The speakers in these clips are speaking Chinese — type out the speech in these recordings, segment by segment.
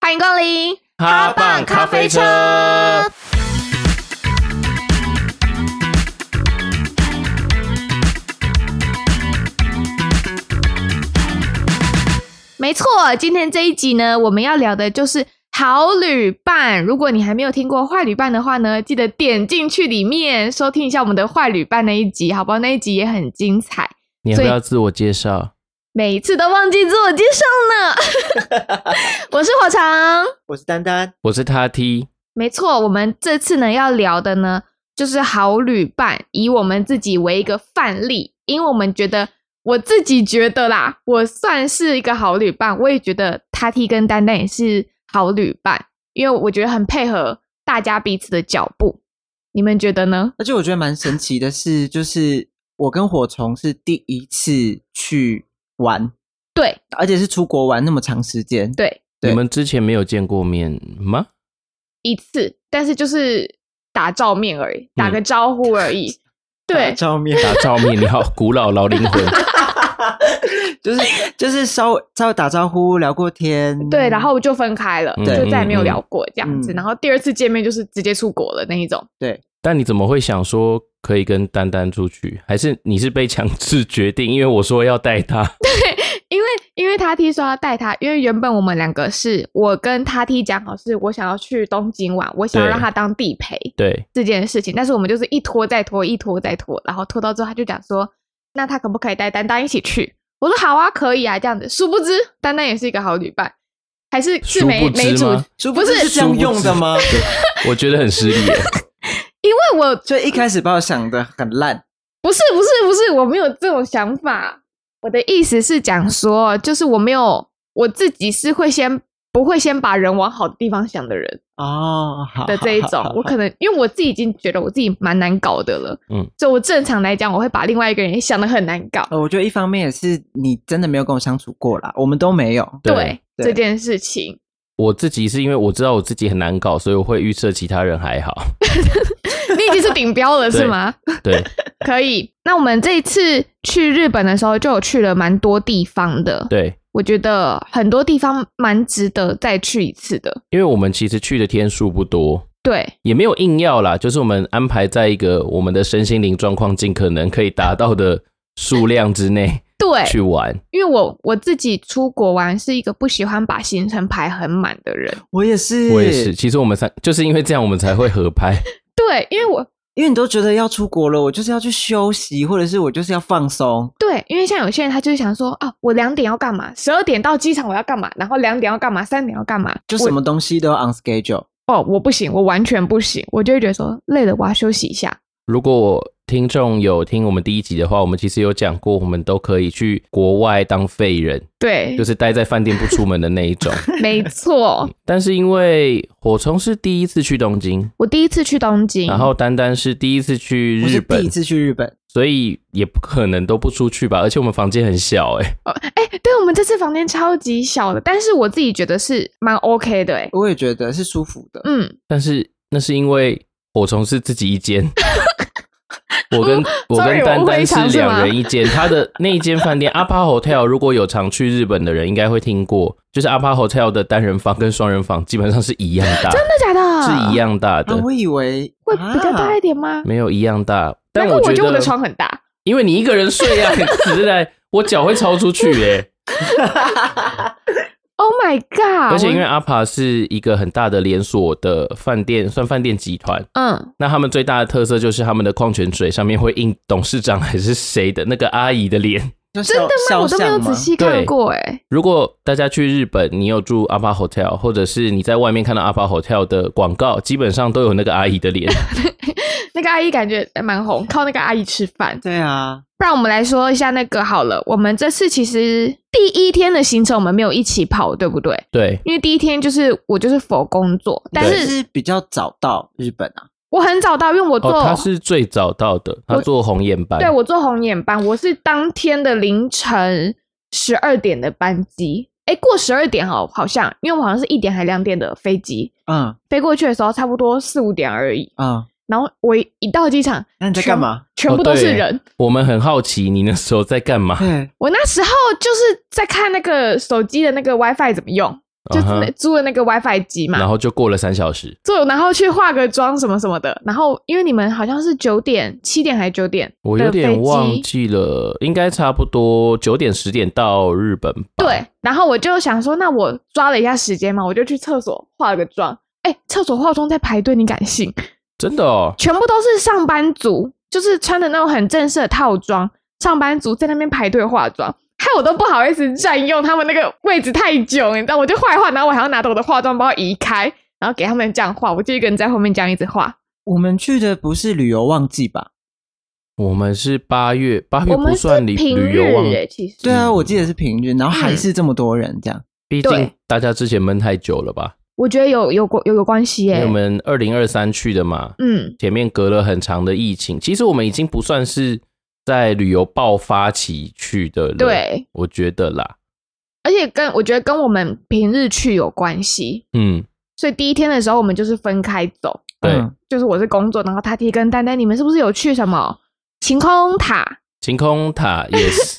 欢迎光临哈棒咖啡车。没错，今天这一集呢，我们要聊的就是好旅伴。如果你还没有听过坏旅伴的话呢，记得点进去里面收听一下我们的坏旅伴那一集，好不好？那一集也很精彩。你要不要自我介绍？每次都忘记自我介绍呢。 我是火肠，我是丹丹，我是他 T，没错，我们这次呢要聊的呢就是好旅伴，以我们自己为一个范例，因为我们觉得我自己觉得啦，我算是一个好旅伴，我也觉得他 T 跟丹丹也是好旅伴，因为我觉得很配合大家彼此的脚步。你们觉得呢？而且我觉得蛮神奇的是，就是我跟火虫是第一次去玩，对而且是出国玩那么长时间。对，对你们之前没有见过面吗？一次，但是就是打照面而已，打个招呼而 已。打对，照面嗯 啊打照面，你好古老老灵魂。就是就是稍微稍微打招呼聊过天，对，然后就分开了，嗯就再也没有嗯嗯聊过这样子。嗯然后第二次见面就是直接出国了那一种。但你怎么会想说可以跟丹丹出去？还是你是被强制决定？因为我说要带他，因为因为他 T 说要带他，因为原本我们两个是我跟他 T 讲好，是我想要去东京玩，我想要对让他当地陪对，这件事情，但是我们就是一拖再拖，一拖再拖，然后拖到之后他就讲说，那他可不可以带丹丹一起去？我说好啊，可以啊，这样子。殊不知丹丹也是一个好女伴，还是是殊没不知没主，吗殊不不知是是这样用的吗？ 我觉得很失礼耶。因为我所以一开始把我想的很烂，不是不是不是，我没有这种想法。我的意思是讲说，就是我没有我自己是会先不会先把人往好的地方想的人哦，好的这一 种，我可能因为我自己已经觉得我自己蛮难搞的了，嗯嗯，所以我正常来讲，我会把另外一个人也想的很难搞。呃，我觉得一方面也是你真的没有跟我相处过啦，我们都没有。对对对这件事情， 我自己是因为我知道我自己很难搞，所以我会预设其他人还好。你已经是顶标了，对是吗？对，可以。那我们这一次去日本的时候，就有去了蛮多地方的。对，我觉得很多地方蛮值得再去一次的。因为我们其实去的天数不多，对，也没有硬要啦，就是我们安排在一个我们的身心灵状况尽可能可以达到的数量之内哎对，去玩。因为我我自己出国玩是一个不喜欢把行程排很满的人。我也是，我也是，，其实我们才就是因为这样，我们才会合拍。对，因为我因为你都觉得要出国了，我就是要去休息，或者是我就是要放松。对，因为像有些人他就是想说啊，我两点要干嘛，十二点到机场我要干嘛，然后两点要干嘛，三点要干嘛，就什么东西都要 on schedule。我哦，我不行，我完全不行，我就会觉得说累了，我要休息一下。如果听众有听我们第一集的话，我们其实有讲过，我们都可以去国外当废人，嗯对，就是嗯待在饭店不出门的那一 种。 没错，但是因为火虫是第一次去东京，我第一次去东京，然后丹丹是第一次去我日嗯是第本一，次去日本，所以也不可能都不出去吧。而且我们房间很小、欸，哦哎、对我们这次房间超级小的，但是我自己觉得是蛮 OK 的、哎，我也觉得是舒服的。嗯，但是那是因为火虫是自己 一间，我跟我哦 Sorry，跟我丹误会丹一场是是吗两人一间。他的那一间饭店阿帕 Hotel，如果有常去日本的人，应该会听过，就是阿帕 Hotel 的单人房跟双人房基本上是一样大，真的假的？是一，样大的啊，，我以为会比较大一啊点吗？没有一样大。但难怪我觉觉得我得的床很大。因为你一个人睡啊，你死来，我脚会超出去 欸耶、 Oh my god！而且因为我阿帕是一个很大的连锁的饭店，算饭店集团，嗯，那他们最大的特色就是他们的矿泉水上面会印董事长还是谁的那个阿姨的脸。就肖真的吗？肖我都没有像吗仔细看对过哎。如果大家去日本，你有住阿帕 Hotel，或者是你在外面看到阿帕 Hotel 的广告，基本上都有那个阿姨的脸。 那个阿姨感觉蛮红，靠那个阿姨吃饭。对啊，不然我们来说一下那个好了。我们这次其实第一天的行程我们没有一起跑，对不对？对，因为第一天就是我就是否工作，但但是是比较早到日本啊，我很早到，因为我做、哦，他是最早到的，他做红眼班。对我做红眼班，我是当天的凌晨十二点的班机。哎，过十二点好好像，因为我好像是一点还两点的飞机嗯飞过去的时候，差不多四五点而已。嗯，然后我一一到机场，那你在干嘛？全部都是哦对人。我们很好奇你那时候在干嘛。对， 我那时候就是在看那个手机的那个 WiFi 怎么用，就嗯哼那租了那个 WiFi 机嘛然，后就过了三小时，就然后去化个妆什么什么的，然后因为你们好像是九点、七点还是九点，我有点忘，记了，应该差不多九点十点到日本吧。对，哎然后我就想说，那我抓了一下时间嘛，我就去厕所化了个妆。哎，厕所化妆在排队，你敢信？真的哦，全部都是上班族，就是穿的那种很正式的套装，上班族在那边排队化妆，害我都不好意思占用他们那个位置太久，你知道，我就画一画，然后我还要拿着我的化妆包移开，然后给他们这样画，我就一个人在后面这样一直画。我们去的不是旅游旺季吧？我们是八月，八我月啊不们是算旅平旅日游旺，耶，其实对啊，嗯我记得是平日，然后嗯还是这么多人这样。毕竟对大家之前闷太久了吧？我觉得有有关有有关系因为耶我。们二零二三去的嘛，嗯，前面隔了很长的疫情，其实我们已经不算是在旅游爆发期去的了。，对，我觉得啦，而且跟我觉得跟我们平日去有关系，嗯，所以第一天的时候我们就是分开走，对，嗯就是我是工作，然后他提跟丹丹，你们是不是有去什么晴空塔？晴空 塔 yes，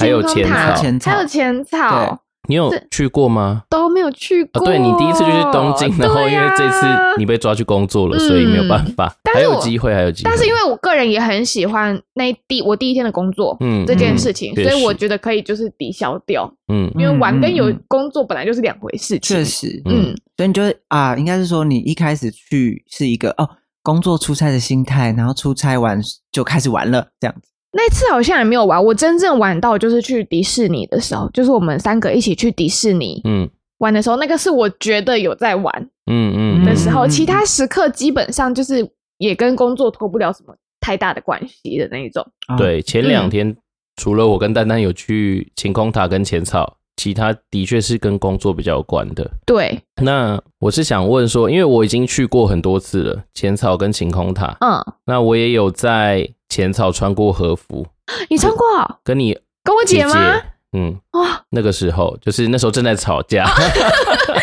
还有晴空浅塔草，浅草还有浅草你有是去过吗？都没有去啊，过。对你第一次就去东京，然后对因为呀嗯这次你被抓去工作了，所以没有办法，但还是有我机会，还有机会。但是因为我个人也很喜欢那第我第一天的工作。嗯这件事情，嗯所确以实我觉得可以就是抵消掉，嗯因为玩跟有嗯嗯工作本来就是两回事情。确实，嗯，所以你就会啊，应该是说你一开始去是一个哦工作出差的心态，然后出差完就开始玩了这样子。那次好像也没有玩，我真正玩到就是去迪士尼的时候，就是我们三个一起去迪士尼嗯玩的时候，那个是我觉得有在玩嗯嗯的时嗯候，嗯其他时刻基本上就是也跟工作脱不了什么太大的关系的那一种。哦，对，前嗯两天除了我跟丹丹有去晴空塔跟浅草，其他的确是跟工作比较有关的。对，那我是想问说，因为我已经去过很多次了，浅草跟晴空塔，嗯，那我也有在浅草穿过和服，你穿过跟你跟我哎姐姐吗？哦嗯，哇，那个时候就是那时候正在吵架，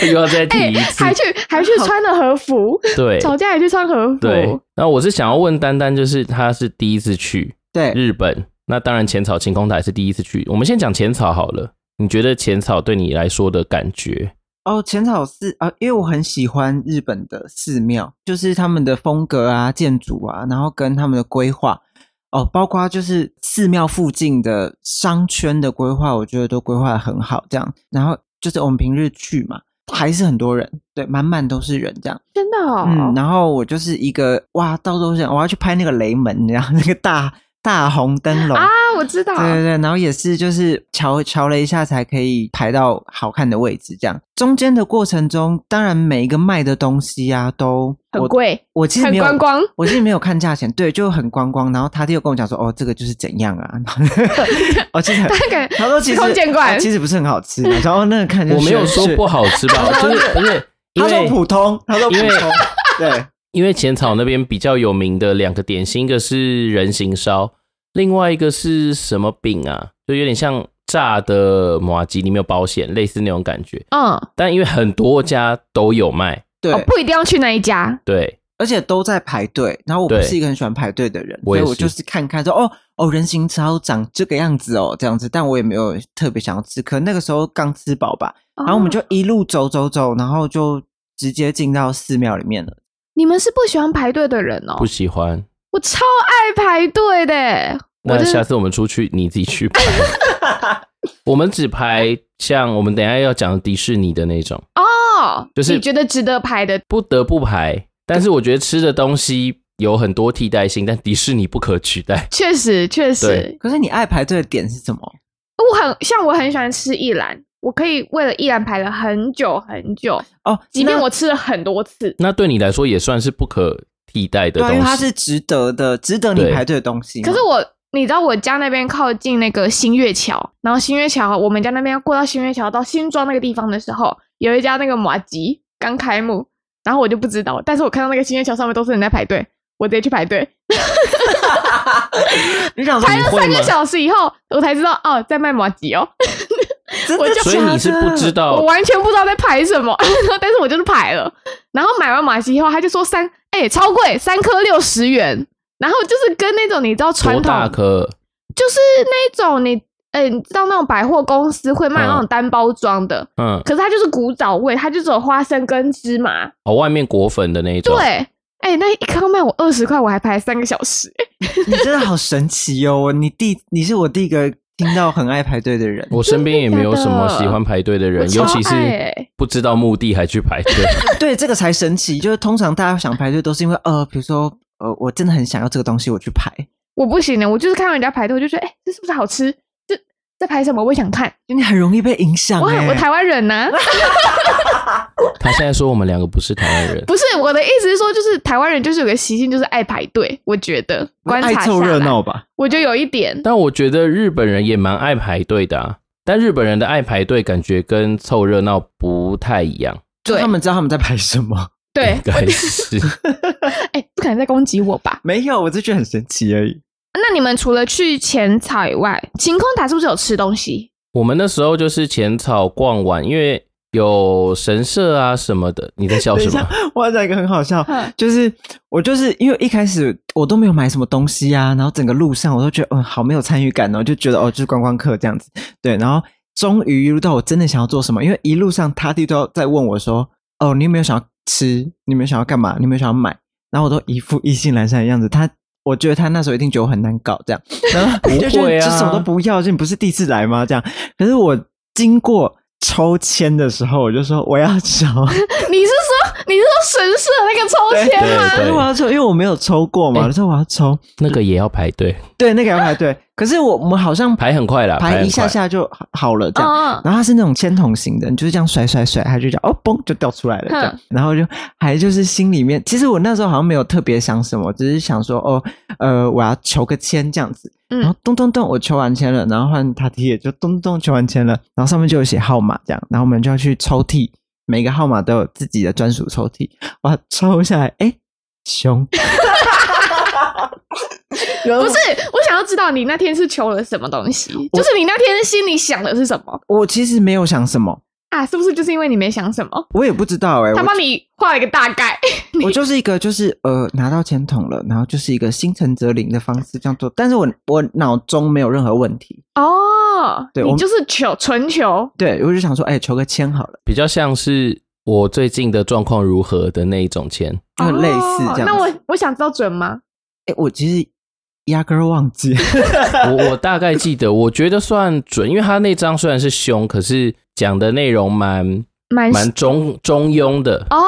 又要再提哎、一次还，去还去穿了和服，对吵架也去穿和服。对。那我是想要问丹丹，就是她是第一次去对，日本，那当然浅草晴空塔也是第一次去，我们先讲浅草好了。你觉得浅草对你来说的感觉？哦，浅草寺啊、因为我很喜欢日本的寺庙，就是他们的风格啊、建筑啊，然后跟他们的规划哦，包括就是寺庙附近的商圈的规划，我觉得都规划的很好。这样，然后就是我们平日去嘛，还是很多人，对，满满都是人这样。真的哦。嗯，然后我就是一个哇，到处都是人，我要去拍那个雷门，然后那个大大红灯笼。啊，我知道，对对对，然后也是就是瞧瞧了一下才可以排到好看的位置，这样中间的过程中，当然每一个卖的东西啊都很，贵，我我其实很没有观 光。我其实没有看价钱，对，就很观光。然后他就跟我讲说，哦，这个就是怎样 啊， 哦，其实很他感他说其实司空见惯哦其实不是很好吃，然后哦那个看就我没有是说不，好吃 吧，就是不是因他说为普通，他说普因为通，对，因为浅草那边比较有名的两个点心，一个是人形烧，另外一个是什么饼啊？就有点像炸的麻吉，里面有保险，类似那种感觉。嗯，哦，但因为很多家都有卖，对，不一定要去那一家。对，而且都在排队，然后我不对是一个很喜欢排队的人，我所也以是我就是看看说哦哦，人形超长这个样子哦，这样子，但我也没有特别想要吃，可能那个时候刚吃饱吧，然后我们哦就一路走走走，然后就直接进到寺庙里面了。你们是不喜欢排队的人哦不，喜欢。我超爱排队的。我那就是下次我们出去你自己去 排。我们只排像我们等一下要讲的迪士尼的那种，哦，就是你觉得值得排的不得不排。但是我觉得吃的东西有很多替代性，但迪士尼不可取代。确实确实对，可是你爱排队的点是什么？我很像我很喜欢吃一兰，我可以为了一兰排了很久很久，哦，即便那我吃了很多次。那对你来说也算是不可替代的对东啊，西。因为它是值得的，值得你对排队的东西嘛。可是我，你知道我家那边靠近那个新月桥，然后新月桥，我们家那边过到新月桥到新庄那个地方的时候，有一家那个马吉刚开幕，然后我就不知道，但是我看到那个新月桥上面都是人在排队，我直接去排队，你想说排了哦会三个吗小时以后，我才知道哦，在卖马吉哦，真我的就所以你是不知道我道，完全不知道在排什么， 但是我就是排了。然后买完马吉以后，他就说三，哎、超贵，三颗六十元。然后就是跟那种你知道传多统大颗？就是那种你哎，你知道那种百货公司会卖那种嗯单包装的，嗯，可是它就是古早味，它就只有花生跟芝麻。哦，外面裹粉的那一种，对，，哎、那一颗卖我二十块，我还排三个小时。 你真的好神奇哦！你第你是我第一个听到很爱排队的人。我身边也没有什么喜欢排队的人，真尤的假的其是我超爱欸不知道目的还 去排队。对，这个才神奇。就是通常大家想排队都是因为呃，比如说呃，我真的很想要这个东西，我去排。我不行的，我就是看到人家排队，我就觉得，哎、这是不是好吃？这在排什么？我也想看。就你很容易被影啊响、我很欸。我台湾人呐、他现在说我们两个不是台湾人，不是我的意思是说，就是台湾人就是有个习性，就是爱排队。我觉得观察爱下凑热来，闹吧。 我就有一点，但我觉得日本人也蛮爱排队的、啊，但日本人的爱排队感觉跟凑热闹不太一样，就对他们知道他们在排什么？ 对应，该是哎、不可能在攻击我吧？没有，我就觉得很神奇而已。那你们除了去浅草以外，晴空塔是不是有吃东西？ 我们那时候就是浅草逛完，因为有神社啊什么的。你在笑什等一么？我要讲一个很好笑嗯，就是我就是因为一开始我都没有买什么东西啊，然后整个路上我都觉得嗯好没有参与感哦，就觉得哦就是观光客这样子，对，然后终于一路到我真的想要做什么，因为一路上他弟都在问我说哦你有没有想要吃，你有没有想要干嘛，你有没有想要买，然后我都一副意兴阑珊的样子，他。我觉得他那时候一定觉得我很难搞，这样，然后就觉不会得啊这什么都不要，就你不是第一次来吗？这样，可是我经过抽签的时候，我就说我要找你是说你是说神社那个抽签吗？对可是我要抽，因为我没有抽过嘛，哎我说我要抽，那个也要排队，对，那个要排队。可是我我们好像排很快啦，排很哦一下快。下就好好了，这样。嗯，然后它是那种铅筒型的，你就是这样甩甩甩，它就这样哦嘣就掉出来了，这样哼。然后就还就是心里面，其实我那时候好像没有特别想什么，只是想说哦呃我要求个签这样子。嗯然后咚咚咚，我求完签了，然后换塔提也就咚咚求完签了，然后上面就有写号码这样，然后我们就要去抽屉，每个号码都有自己的专属抽屉，哇抽下来，哎熊，然后不是，我想要知道你那天是求了什么东西，我就是你那天心里想的是什么我其实没有想什么，啊？是不是就是因为你没想什么，我也不知道哎、他我帮你画了一个大概？我就是一个就是呃拿到钱筒了，然后就是一个心诚则灵的方式这样做，但是我我脑中没有任何问题，哦，对我你们就是求纯求，对我就想说，哎、求个签好了，比较像是我最近的状况如何的那一种签。就很类似这哦样子。那哎、我我想知道准吗？我其实压根儿忘记，我我大概记得，我觉得算准，因为他那张虽然是凶，可是讲的内容蛮蛮蛮中中庸的。哦，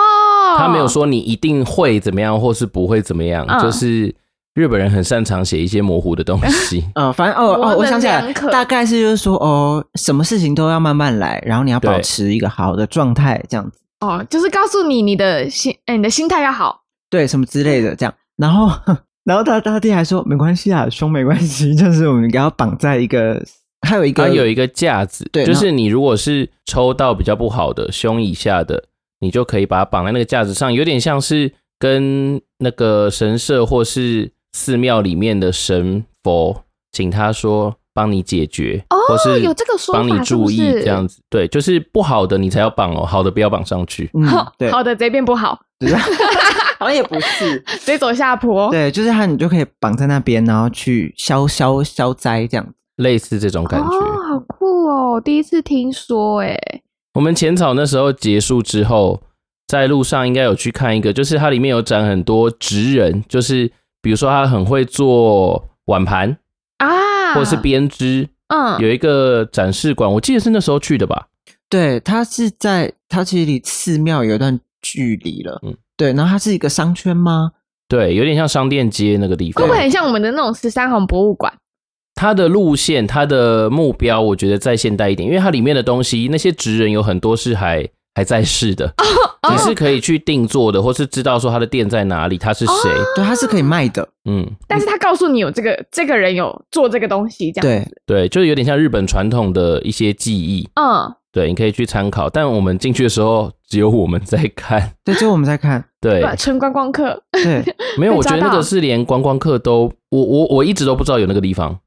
他没有说你一定会怎么样，或是不会怎么样，嗯就是日本人很擅长写一些模糊的东 西。 呃，反正哦模哦，棱我想起来两，可大概是就是说哦，什么事情都要慢慢来，然后你要保对持一个好的状态，这样子，哦，就是告诉你你的心，哎，你的心态要好。对，什么之类的这样。然后 然后他他弟还说没关系啊，凶没关系， 就是我们给他绑在一个，还有一它个啊有一个架子，呃对就是你如果是抽到比较不好的胸以下的，你就可以把它绑在那个架子上，有点像是跟那个神社或是寺庙里面的神佛，请他说帮你解决，哦或是有这个说法帮你注意是不是这样子。对，就是不好的你才要绑哦，好的不要绑上去。嗯好，对，好的，贼变不好，对 好像也不是，贼走下坡。对，就是他你就可以绑在那边，然后去消消消灾这样子。类似这种感觉。哦，好酷哦，第一次听说，哎，我们浅草那时候结束之后，在路上应该有去看一个，就是它里面有展很多职人，就是比如说他很会做碗盘啊，或是编织，嗯，有一个展示馆，我记得是那时候去的吧？对，它是在它其实离寺庙有一段距离了，嗯对，然后它是一个商圈吗？对，有点像商店街那个地会方不。会很像我们的那种十三行博物馆？它的路线、它的目标，我觉得再现代一点，因为它里面的东西，那些职人有很多是还还在世的，哦你是可以去定做的，或是知道说他的店在哪里，他是谁。哦对，它是可以卖的，嗯，但是他告诉你有这个这个人有做这个东西，这样，对，对，就是有点像日本传统的一些技艺。嗯，对，你可以去参考。但我们进去的时候，只有我们在看。对，就我们在看，对，对，纯观光客， 对，没有，被我觉抓得那到个是连观光客都，我我我一直都不知道有那个地方，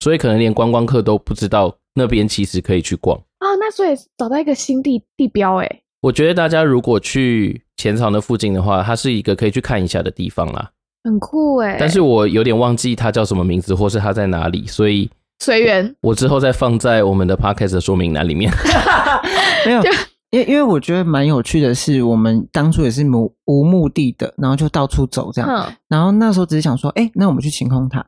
所以可能连观光客都不知道那边其实可以去逛。哦，那所以找到一个新地地标，哎，我觉得大家如果去浅草那附近的话，它是一个可以去看一下的地方啦。很酷哎。但是我有点忘记它叫什么名字，或是它在哪里，所以随缘。我之后再放在我们的 podcast 的说明栏里面。 没有，因为因为我觉得蛮有趣的是，我们当初也是无无目的的，然后就到处走这样。嗯，然后那时候只是想说，哎、那我们去晴空塔。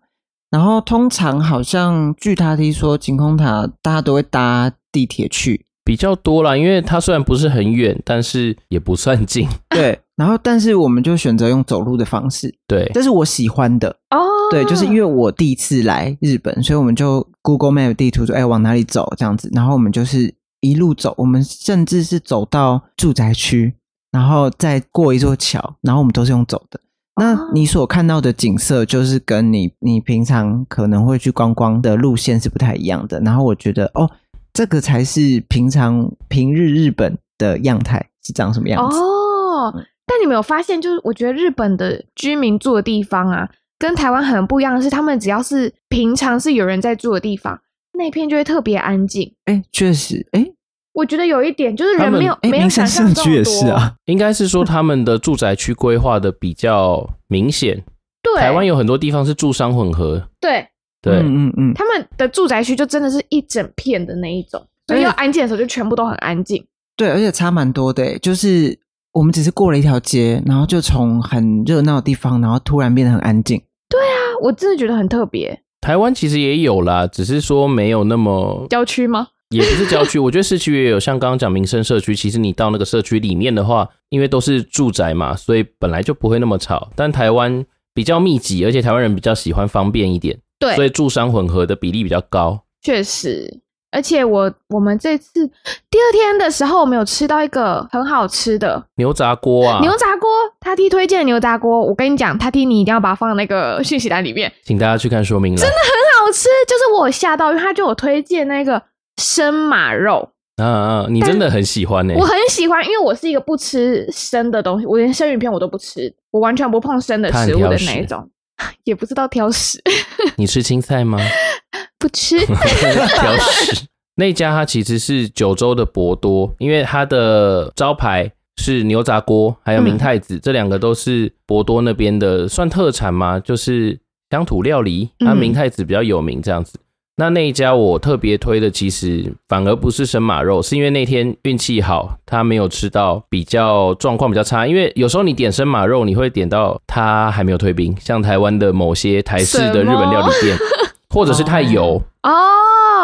然后通常好像据他听说，晴空塔大家都会搭地铁去，比较多啦，因为它虽然不是很远，但是也不算近。对。然后但是我们就选择用走路的方式，对，这是我喜欢的。哦，对，就是因为我第一次来日本，所以我们就 Google Map 地图说，哎，往哪里走这样子。然后我们就是一路走，我们甚至是走到住宅区，然后再过一座桥，然后我们都是用走的。哦那你所看到的景色，就是跟你你平常可能会去观光的路线是不太一样的。然后我觉得，哦，这个才是平常平日日本的样态是长什么样子。哦，嗯但你们有发现，就是我觉得日本的居民住的地方啊，跟台湾很不一样的是，他们只要是平常是有人在住的地方，那片就会特别安静。哎，确实，哎我觉得有一点就是他人们没有哎，没有名想山象社中区也是啊，应该是说他们的住宅区规划的比较明显。多。对，台湾有很多地方是住商混合，对对，嗯嗯嗯，他们的住宅区就真的是一整片的那一种，所以哎要安静的时候就全部都很安静。对，而且差蛮多的欸，就是我们只是过了一条街，然后就从很热闹的地方，然后突然变得很安静。啊，我真的觉得很特别。台湾其实也有啦，只是说没有那么，郊区吗？也不是郊区。我觉得市区也有，像刚刚讲民生社区，其实你到那个社区里面的话，因为都是住宅嘛，所以本来就不会那么吵。但台湾比较密集，而且台湾人比较喜欢方便一点，对所以住商混合的比例比较高。确实，而且我我们这次第二天的时候，我们有吃到一个很好吃的牛杂锅啊，牛杂锅，他提推荐的牛杂锅，我跟你讲，他提你一定要把它放在那个讯息栏里面，请大家去看说明栏。真很好吃，就是我有吓到，因为他就有推荐那个生马肉，的啊啊，你真的很喜欢欸呢、我很喜欢，因为我是一个不吃生的东西，我连生鱼片我都不吃，我完全不碰生的他很食物的挑食那一种， 也不知道挑食， 你吃青菜吗？不 吃，挑食。那家它其实是九州的博多，因为它的招牌是牛杂锅，还有明太子，这两个都是博多那边的算特产吗？就是乡土料理，它嗯明太子比较有名这样子。那那一家我特别推的，其实反而不是生马肉，是因为那天运气好，他没有吃到比较状况比较差。因为有时候你点生马肉，你会点到它还没有退冰，像台湾的某些台式的日本料理店，或者是太油，哦，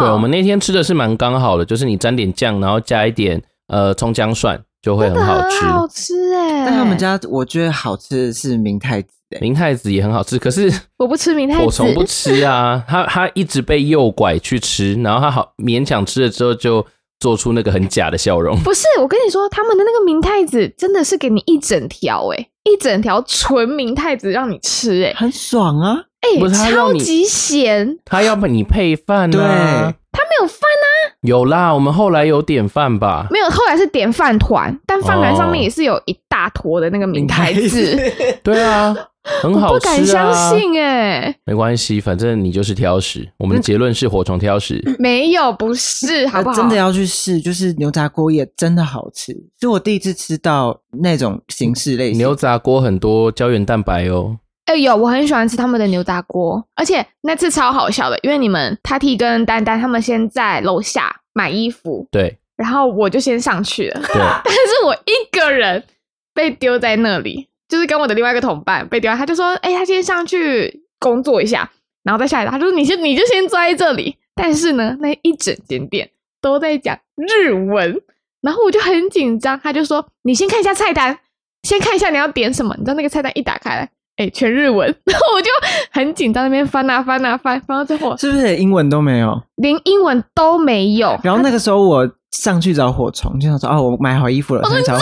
对，我们那天吃的是蛮刚好的，就是你沾点酱，然后加一点呃葱姜蒜，就会很好真的吃很。好吃哎、但他们家我觉得好吃的是明太子，哎，明太子也很好吃，可是我不吃明太我子从，不吃啊，他他一直被诱拐去吃，然后他好勉强吃了之后就做出那个很假的笑 容。不是，我跟你说，他们的那个明太子真的是给你一整条哎、一整条纯明太子让你吃哎、很爽啊！哎、不是他超让你级咸，他要不你配饭呢、对，他没有饭啊，有啦，我们后来有点饭吧。没有，后来是点饭团，但饭团上面也是有一大坨的那个明 太子，对 啊，很我好不吃、啊。敢相信哎、没关系，反正你就是挑食。我们的结论是火虫挑食。没有，不 是，好不呃好？真的要去试，就是牛杂锅也真的好吃，是我第一次吃到那种形式类型。牛杂锅很多胶原蛋白哦。哎、有，我很喜欢吃他们的牛杂锅，而且那次超好笑的，因为你们 Tati 跟丹丹他们先在楼下买衣服，对然后我就先上去了，对。但是我一个人被丢在那里，就是跟我的另外一个同伴被丢在，他就说：“哎、他先上去工作一下，然后再下来。”他说：“你先，你就先坐在这里。”但是呢，那一整间店都在讲日文，然后我就很紧张。他就说：“你先看一下菜单，先看一下你要点什么。”你知道那个菜单一打开来。哎、全日文， 然后我就很紧张，那边翻啊翻啊翻，翻到最后是不是英文都没有？连英文都没有。 然后那个时候我上去找火虫，就想说哦，我买好衣服了，我终于来了。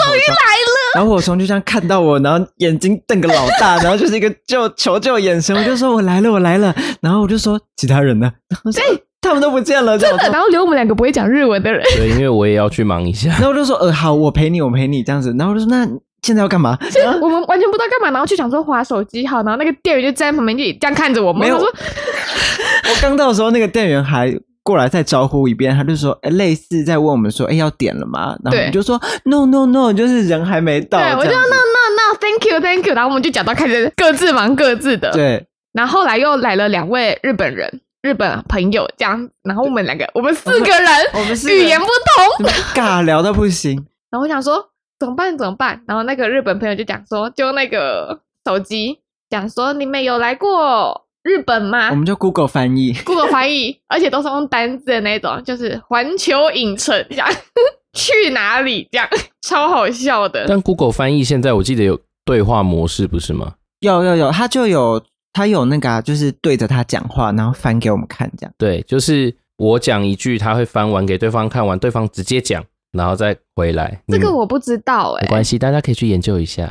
然后火虫就这样看到我，然后眼睛瞪个老大，然后就是一个就求救眼神，我就说我来了，我来了。然后我就说其他人呢？哎对，哎他们都不见了，这样我说。然后留我们两个不会讲日文的人，对，因为我也要去忙一下。然后我就说呃，好，我陪你，我陪你这样子。然后我就说那现在要干嘛？然后我们完全不知道干嘛，然后就想说划手机好，然后那个店员就站在旁边就这样看着我们，没有我说我刚到的时候，那个店员还过来再招呼一遍，他就说，哎，类似在问我们说，哎，要点了吗？然后我对们就说 no no no，就是人还没到，对，我就这样说子 no no no thank you thank you，然后我们就假装开始各自忙各自的，对然后后来又来了两位日本人，日本朋友这样，然后我们两个，我们四个人我们是语言不同，尬聊到不行，然后我想说怎么办怎么办，然后那个日本朋友就讲说，就那个手机讲说你们有来过日本吗我们就 Google 翻译。 ？Google 翻译，而且都是用单字的那种，就是环球影城这样， 去哪里这样，超好笑的。但 Google 翻译现在我记得有对话模式，不是吗？有有有，他就有他有那个、啊，就是对着他讲话，然后翻给我们看这样。对，就是我讲一句，他会翻完给对方看完，对方直接讲，然后再回来。这个嗯我不知道哎、没关系，大家可以去研究一下。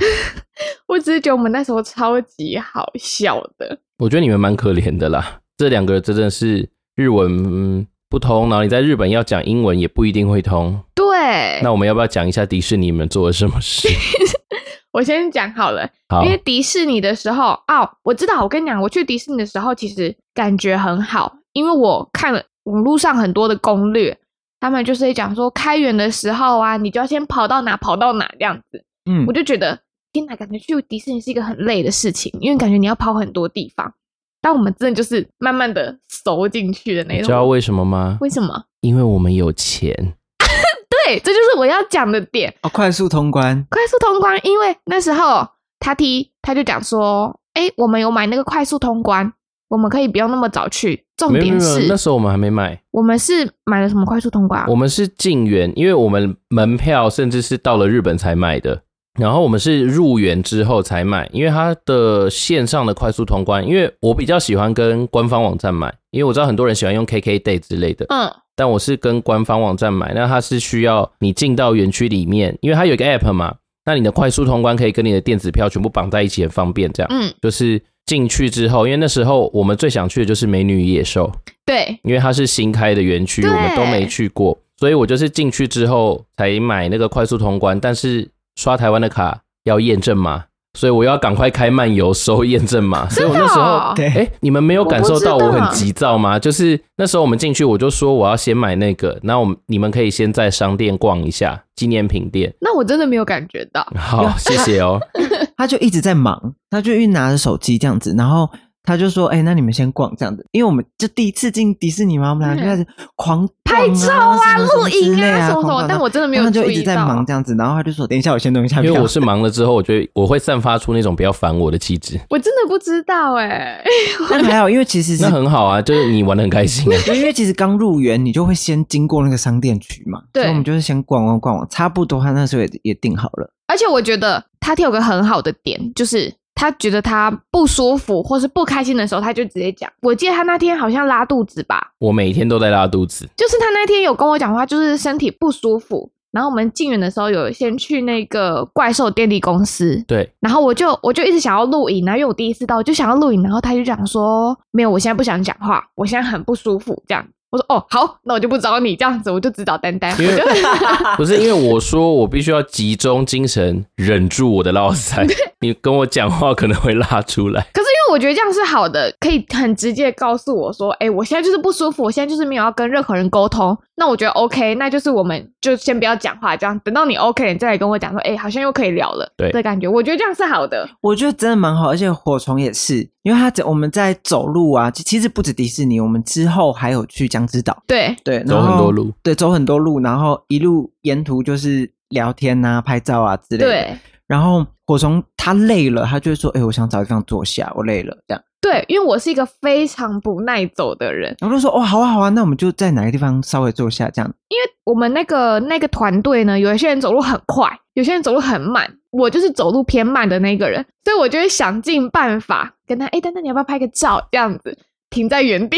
我只是觉得我们那时候超级好笑的。我觉得你们蛮可怜的啦，这两个真的是日文、嗯不通，然后你在日本要讲英文也不一定会通。对，那我们要不要讲一下迪士尼们做了什么 事？我先讲好了，好因，为迪士尼的时候，哦，我知道，我跟你讲，我去迪士尼的时候，其实感觉很好，因为我看了网络上很多的攻略，他们就是会讲说开园的时候啊，你就要先跑到哪跑到哪这样子，嗯我，就觉得天哪，感觉去迪士尼是一个很累的事情，因为感觉你要跑很多地方，但我们真的就是慢慢的熟进去的那你种。知道为什么吗？为什么？因为我们有钱。对，这就是我要讲的点。哦，快速通关，快速通关，因为那时候他踢他就讲说，哎、我们有买那个快速通关，我们可以不用那么早去。重没有没有点没有，是那时候我们还没买，我们是买了什么快速通关啊？我们是进园，因为我们门票甚至是到了日本才买的。然后我们是入园之后才买，因为它的线上的快速通关，因为我比较喜欢跟官方网站买，因为我知道很多人喜欢用 KKday 之类的，嗯，但我是跟官方网站买，那它是需要你进到园区里面，因为它有一个 app 嘛，那你的快速通关可以跟你的电子票全部绑在一起，很方便。这样，嗯，就是进去之后，因为那时候我们最想去的就是美女与野兽，对，因为它是新开的园区，对我们都没去过，所以我就是进去之后才买那个快速通关，但是刷台湾的卡要验证码，所以我要赶快开漫游收验证 码，所以真我的、那时候。哦。对哎、你们没有感受到我不我知道很急躁吗？就是那时候我们进去，我就说我要先买那个，那我们你们可以先在商店逛一下纪念 品店。那我真的没有感觉到，好，谢 谢哦。他就一直在忙，他就一直拿着手机这样子，然后他就说：“哎、那你们先逛这样子，因为我们就第一次进迪士尼嘛，我们俩就开始狂逛嗯拍照啊、什么什录么之音类啊，什么什狂么逛，但我真的没有他就注一直意在忙到。这样子，然后他就说：等一下，我先弄一下因票。为我 是忙了之后，我觉得我会散发出那种不要烦我的气质，我真的不知道哎、但还好，因为其实是那很好啊，就是你玩的很开心啊。 因为其实刚入园，你就会先经过那个商店区嘛，对所以我们就是先逛逛逛逛，差不多他那时候也也定好了， 而且我觉得他有个很好的点，就是他觉得他不舒服或是不开心的时候，他就直接讲。我记得他那天好像拉肚子吧，我每天都在拉肚子，就是他那天有跟我讲话，就是身体不舒服。然后我们进园的时候，有先去那个怪兽电力公司，对，然后我就我就一直想要录影，然后因为我第一次到，我就想要录影，然后他就讲说没有，我现在不想讲话，我现在很不舒服，这样。我说哦好，那我就不找你这样子，我就只找丹丹。因为我 就不是因为我说我必须要集中精神，忍住我的 落腮，你跟我讲话可能会拉出来。可是因为我觉得这样是好的，可以很直接地告诉我说，哎，我现在就是不舒服，我现在就是没有要跟任何人沟通。那我觉得 OK，那就是我们就先不要讲话，这样等到你 OK，你再来跟我讲说，哎，好像又可以聊了，对的感觉，我觉得这样是好的。我觉得真的蛮好，而且火虫也是，因为他只我们在走路啊，其其实不止迪士尼，我们之后还有去江之岛，对，对，然走后很多，路，对，走很多路，然后一路沿途就是聊天啊、拍照啊之类的，对，然后火虫他累了，他就会说：“哎、我想找地方坐下，我累了。”这样，对，因为我是一个非常不耐走的人，然后就说：“哦，好啊，好啊，那我们就在哪个地方稍微坐下，这样。因为我们那个那个团队呢，有一些人走路很快，有些人走路很慢，我就是走路偏慢的那个人，所以我就会想尽办法跟他，哎，丹丹，你要不要拍个照？这样子停在原地，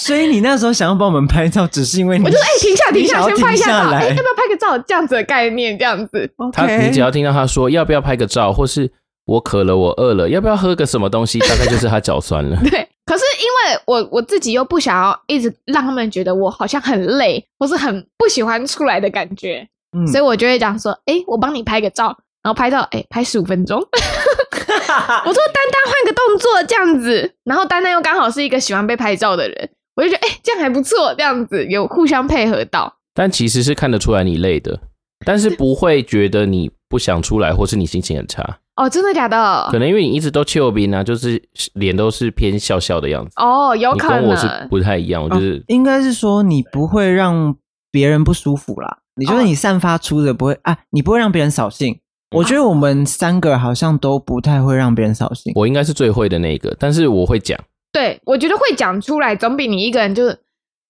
所以你那时候想要帮我们拍照，只是因为你我就说，哎、停下，你停下，想要先拍一停下照，哎、来要不要拍个照？这样子的概念，这样子。。他 OK 你只要听到他说要不要拍个照，或是我渴了，我饿了，要不要喝个什么东西，大概就是他脚酸了对，可是因为我我自己又不想要一直让他们觉得我好像很累，或是很不喜欢出来的感觉，嗯所以我就会讲说，哎、我帮你拍个照，然后拍照，哎、拍十五分钟。 我说丹丹换个动作这样子，然后丹丹又刚好是一个喜欢被拍照的人，我就觉得哎、这样还不错，这样子有互相配合到。但其实是看得出来你累的，但是不会觉得你不想出来，或是你心情很差。哦，真的假的可？能因为你一直都丘比呢，啊就是脸都是偏笑笑的样子。哦，有你可跟能哦我是不太一样，我就是、 应该是说你不会让别人不舒服啦，你就是哦你散发出的不会、啊，你不会让别人扫兴。嗯我觉得我们三个好像都不太会让别人扫兴。我应该是最会的那个，但是我会讲。对，我觉得会讲出来，总比你一个人就是，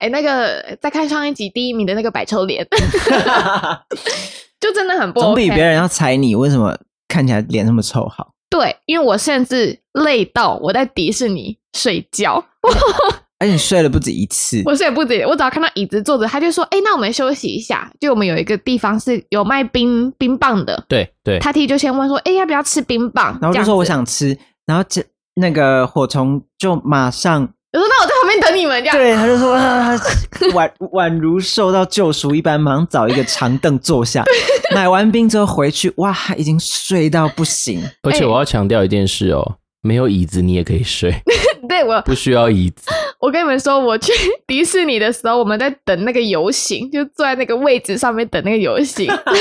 哎，那个再看上一集第一名的那个白臭脸， 就真的很 不 OK。总比别人要踩你为什么看起来脸那么臭好。对，因为我甚至累到我在迪士尼睡觉，而且你睡了不止一次，我睡不着，我只要看到椅子坐着，他就说：“哎，那我们休息一下。”就我们有一个地方是有卖冰冰棒的，对对，他弟就先问说：“哎，要不要吃冰棒？”然后我就这样说子我，想吃，然后这那个火虫就马上我说那我在旁边等你们这样。 对他就说啊， 他宛宛如受到救赎一般，马上找一个长凳坐下。买完冰之后回去，哇，已经睡到不行。而且哎我要强调一件事哦，没有椅子你也可 以睡，对，我不需要椅子。我跟你们说，我去 迪士尼的时候，我们在等那个游行，就坐在那个位置上面等那个游行，然后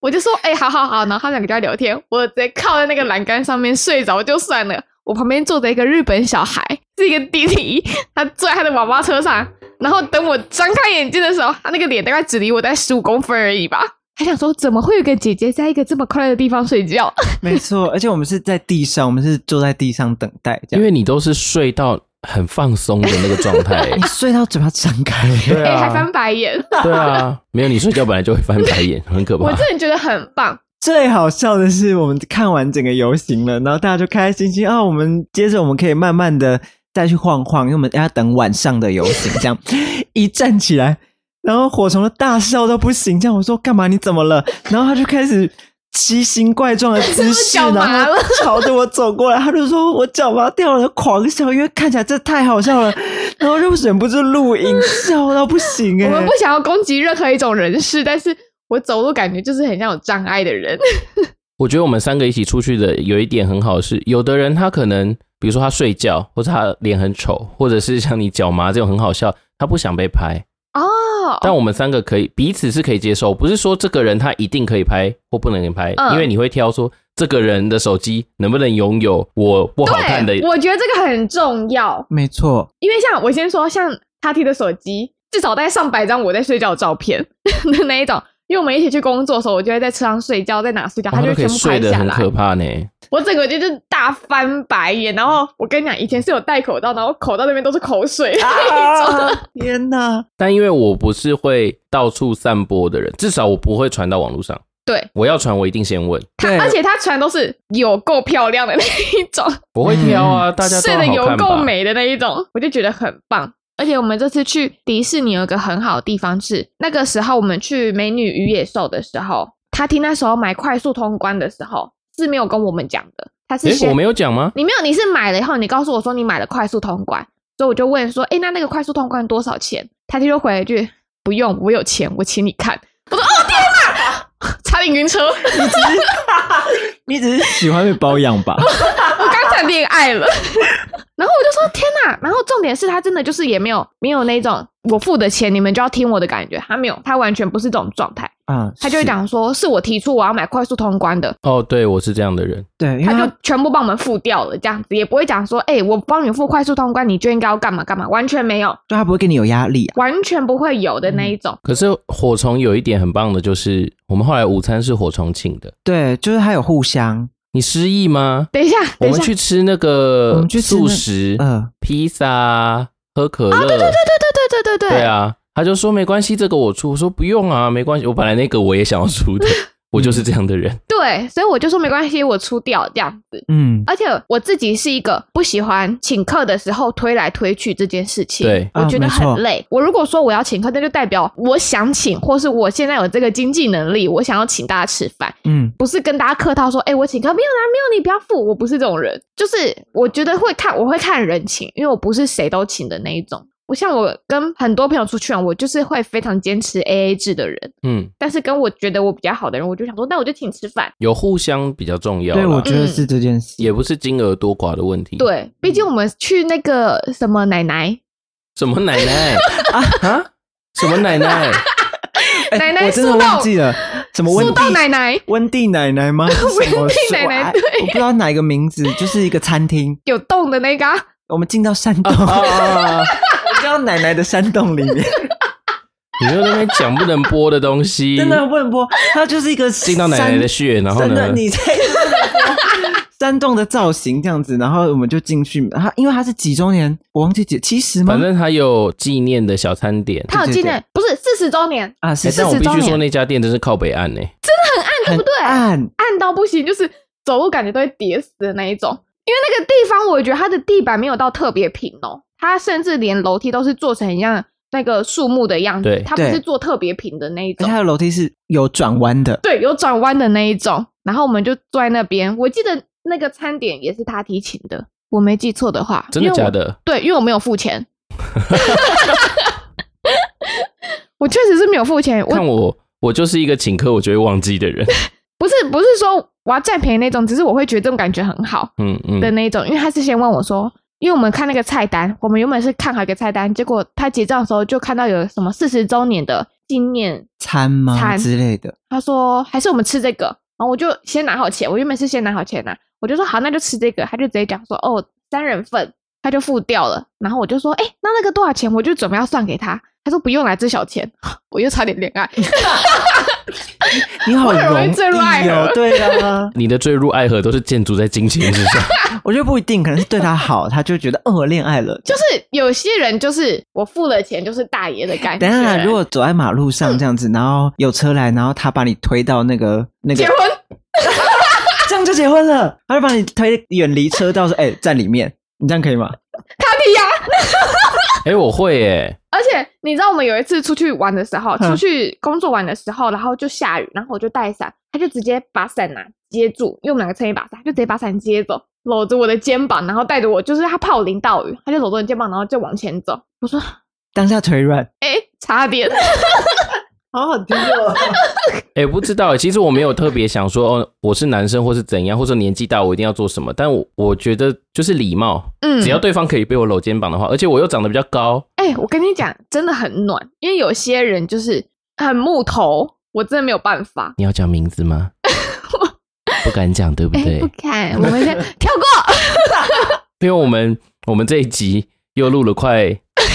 我就说：“哎、好好好。”然后他们两个就在聊天，我直接靠在那个栏杆上面睡着就算了。我旁边坐着一个日本小孩，是一个弟弟， 他坐在他的娃娃车上，然后等我张开眼睛的时候，他那个脸大概只离我在十五公分而已吧。还想说，怎么会有个姐姐在一个这么快乐的地方睡觉？没错， 而且我们是在地上，我们是坐在地上等待，这因样。为你都是睡到很放松的那个状态、 你睡到嘴巴张开，对哎、还啊翻，白眼，对啊，没有你睡觉本来就会翻白眼，很可我怕。真的觉得很棒。最好笑的是，我们看完整个游行了，然后大家就开开心心啊。我们接着我们可以慢慢的再去晃晃，因为我们要等晚上的游行。这样 一站起来，然后火虫就大笑到不行。这样我说干嘛？你怎么了？然后他就开始奇形怪状的姿势，脚然麻后了朝着我走过来。他就说我脚麻掉了，狂笑，因为看起来这太好笑了。然后就忍不住录影，笑到不行哎、我们不想要攻击任何一种人士，但是我走路感觉就是很像有障碍的人。我觉得我们三个一起出去的有一点很好是，有的人他可能，比如说他睡觉，或者他脸很丑，或者是像你脚麻这种很好笑，他不想被拍。哦，但我们三个可以彼此是可以接受，不是说这个人他一定可以拍或不能拍，嗯因为你会挑说这个人的手机能不能拥有我不好看的对，哎我觉得这个很重要， 没错， 因为像我先说，像他提的手机，至少带上百张我在睡觉的照片 的那一种。因为我们一起去工作的时候，我就会在车上睡觉，在哪睡觉，哇他就哦那会全可以部睡拍得下很来。可怕呢。我整个就是大翻白眼，然后我跟你讲，以前是有戴口罩，然后口罩那边都是口水。啊、天哪！但因为我不是会到处散播的人，至少我不会传到网络上。对，我要传我一定先问，对而且他传都是有够漂亮的那一种。我会挑啊，大家嗯都睡好得看有够吧？美的那一种，我就觉得很棒。而且我们这次去迪士尼有一个很好的地方是，那个时候我们去《美女与野兽》的时候，他听那时候买快速通关的时候是没有跟我们讲的，他是诶，先我没有讲吗？你没有，你是买了以后你告诉我说你买了快速通关，所以我就问说，哎，那那个快速通关多少钱？他就回了一句，不用，我有钱，我请你看。我说，哦天哪， 差点晕车，我你只是喜欢被包养 吧？ 刚谈恋爱 了。然后我就说天哪！然后重点是他真的就是也没有没有那种我付的钱你们就要听我的感觉，他没有，他完全不是这种状态，啊，他就会是讲说是我提出我要买快速通关的，哦，对，我是这样的人。对，因为他就他全部帮我们付掉了，这样子也不会讲说哎、我帮你付快速通关，你就应该要干嘛干嘛，完全没有，对他不会给你有压力啊。完全不会有的那一种。可是火虫有一点很棒的，就是我们后来午餐是火虫请的。对，就是他有互相，你失忆吗？等一下，我等一们下，对去吃那我个们去吃那素食、呃，披萨、喝可乐，对对嗯啊对对对对对对，啊，他就说没关系，这个我出。我说不用啊，没关系，我本来那个我也想要 出的，我嗯就是这样的人。对，所以我就说没关系，我出掉这样子。嗯，而且我自己是一个不喜欢请客的时候推来推去这件事情，对我啊觉得没错很累。我如果说我要请客，那就代表我想请，或是我现在有这个经济能力，我想要请大家吃饭，嗯，不是跟大家客套说，哎、我请客没有啦，没有你不要付，我不是这种人。就是我觉得会看，我会看人情，因为我不是谁都请的那一种。我像我跟很多朋友出去玩，我就是会非常坚 持 A A 制的人，嗯，但是跟我觉得我比较好的人，我就想说，那我就请吃饭。有互相比较重要啦。对，我觉得是这件事。也不是金额多寡的问嗯题。，嗯对，毕竟我们去那个什么奶奶什么嗯奶奶啊啊？什么奶奶？哎奶奶我真的说到忘记了，什么温树蒂到奶奶温蒂奶奶 吗？什么温蒂奶奶我哎对我不知道哪一个名字，就是一个餐厅。有洞的那个啊、我们进到山洞，啊哦啊！啊 我进到奶奶的山洞里 面，你又在那边讲不能播的东西， 真的问波，它就是一个进到奶奶山的穴，然后真呢的，？你在山洞的造型这样子，然后我们就进去。它因为它是几周年，我忘记几七十吗反？正它有纪念的小餐点。他有纪念，不是四十周年，啊，哎是但我40必周须年说，那家店真是靠北岸欸呢、对很不对？暗，暗到不行，就是走路感觉都会跌死的那一种。因为那个地方，我觉得它的地板没有到特别平哦，它甚至连楼梯都是做成一样那个树木的样子对，它不对是做特别平的那一而且种它，的楼梯是有转弯的。对，有转弯的那一种。然后我们就坐在那边，我记得那个餐点也是他提请的，我没记错的话，真的因为我假？的？对，因为我没有付 钱， 我确实是没有付钱，我看我，我就是一个请客我就会忘记的人。不是不是说我要占便宜那种，只是我会觉得这种感觉很好。嗯的嗯，那一种，因为他是先问我说，因为我们看那个菜单，我们原本是看好一个菜单，结果他结账的时候就看到有什么四十周年的纪念，餐吗餐之类的，他说还是我们吃这个，然后我就先拿好钱，我原本是先拿好钱呐、我就说好，那就吃这个，他就直接讲说哦三人份，他就付掉了，然后我就说哎那那个多少钱，我就准备要算给他，他说不用啦，这小钱， 我又差点 恋爱，你好我很容易容坠入爱易哦河，对啊，你的坠入爱河都是建筑在金钱之上。 我觉得不一定，可能是对他好，他就觉得哦，我恋爱了。就是有些人就是我付了钱就是大爷的感觉，等一下，如果走在马路上这样子，然后有车来，然后他把你推到那个那结个婚，这样就结婚了，他就把你推远离车道，说：“哎、站里面，你这样可以吗他屁呀、哎、我会哎、而且你知道，我们有一次出去玩的时候，嗯出去工作玩的时候，然后就下雨，然后我就带伞，他就直接把伞拿、接住，因为我们两个撑一把伞，他就直接把伞接走，搂着我的肩膀，然后带着我，就是他怕我淋到雨，他就搂着我的肩膀，然后就往前走。 我说？”当下腿软，：“哎、差点。好好听哦。哎、不知道欸，其实我没有特别想说哦，我是男生或是怎样，或者年纪大我一定要做什么。但我我觉得就是礼貌，”嗯，只要对方可以被我搂肩膀的话，而且我又长得比较高，哎、我跟你讲，真的很暖，因为有些人就是很木头，我真的没有办法。你要讲名 字吗？不敢讲，对不哎、对？不看，我们先跳过。因为我们我们这一集又录了快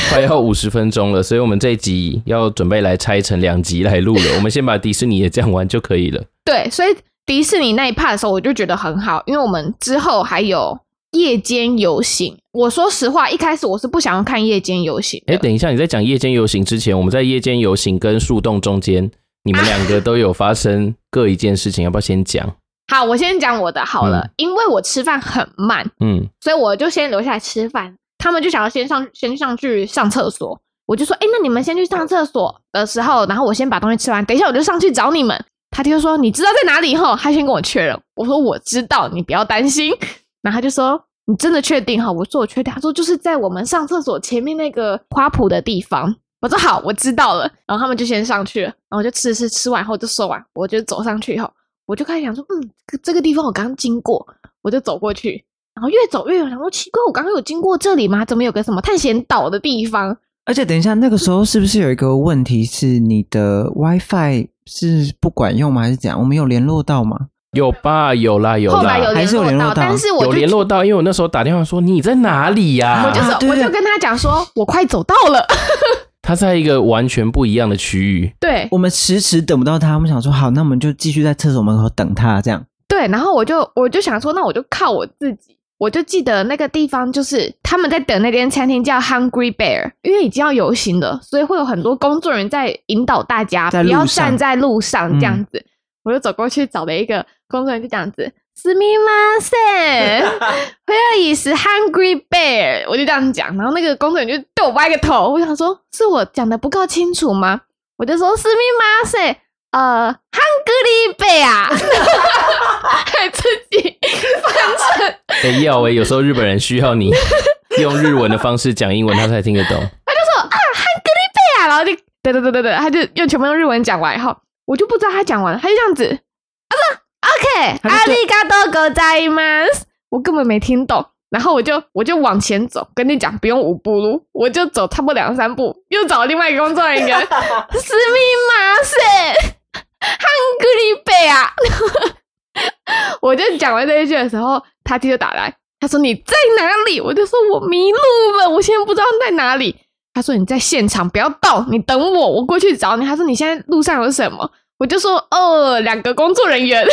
快要五十分钟了，所以我们这一集要准备来拆成两集来录了。我们先把迪士尼也讲完就可以了。对，所以迪士尼那一 part 的时候，我就觉得很好，因为我们之后还有夜间游行。我说实话，一开始我是不想要看夜间游行的。哎，等一下，你在讲夜间游行之前，我们在夜间游行跟树洞中间，你们两个都有发生各一件事情，要不要先讲？好，我先讲我的好了，嗯因为我吃饭很慢，嗯，所以我就先留下来吃饭。他们就想要先上先上去上厕所，我就说：“哎，那你们先去上厕所的时候，然后我先把东西吃完，等一下我就上去找你们。”他就说：“你知道在哪里？”后，他先跟我确认。我说：“我知道，你不要担心。”然后他就说：“你真的确定哈？”我说：“我确定。”他说：“就是在我们上厕所前面那个花圃的地方。”我说：“好，我知道了。”然后他们就先上去了，然后我就吃吃吃完后就收完，我就走上去以后，我就开始想说：“嗯，这个这个地方我刚经过，我就走过去。”然后越走越远，然后奇怪，我刚刚有经过这里吗？怎么有个什么探险岛的地方？而且等一下，那个时候是不是有一个问题是你的 WiFi 是不管用吗？还是怎样？我们有联络到吗？有吧，有啦，有后来有啦，还联是有络联络到，到但是我就有联络到，因为我那时候打电话说你在哪里 呀、我就啊走，对我就对跟他讲说，我快走到了。他在一个完全不一样的区域。对我们迟迟等不到他，我们想说好，那我们就继续在厕所门口等他，这样对，然后我就我就想说，那我就靠我自己。我就记得那个地方就是他们在等那间餐厅叫 Hungry Bear，因为已经要游行了，所以会有很多工作人员在引导大家在不要路上站在路上这样子。我就走过去找了一个工作人员，就这样子。すみません，where is Hungry Bear？我就这样讲，然后那个工作人员就对我歪个头，我想说是我讲的不够清楚吗？我就说是密码是呃，Hungry Bear，还自己翻成，哎、要哎、有时候日本人需要你 用日文的方式讲英文，他才听得懂。 对啊，然后就对对对对对，他就用全部用日文讲完以后，我就不知道他讲完了，他就这样子，啊不他，OK，阿就里对嘎多ございます，我根本没听懂。然后我就我就往前走，跟你讲不用五步路，我就走差不多两三步，又找另外一个工作人员，すみません， hungry bear 啊！我就讲完这一句的时候，他就打来，他说你在哪里？我就说我迷路了，我现在不知道在哪里。他说你在现场，不要动，你等我，我过去找你。他说你现在路上有什么？我就说哦，两个工作人员。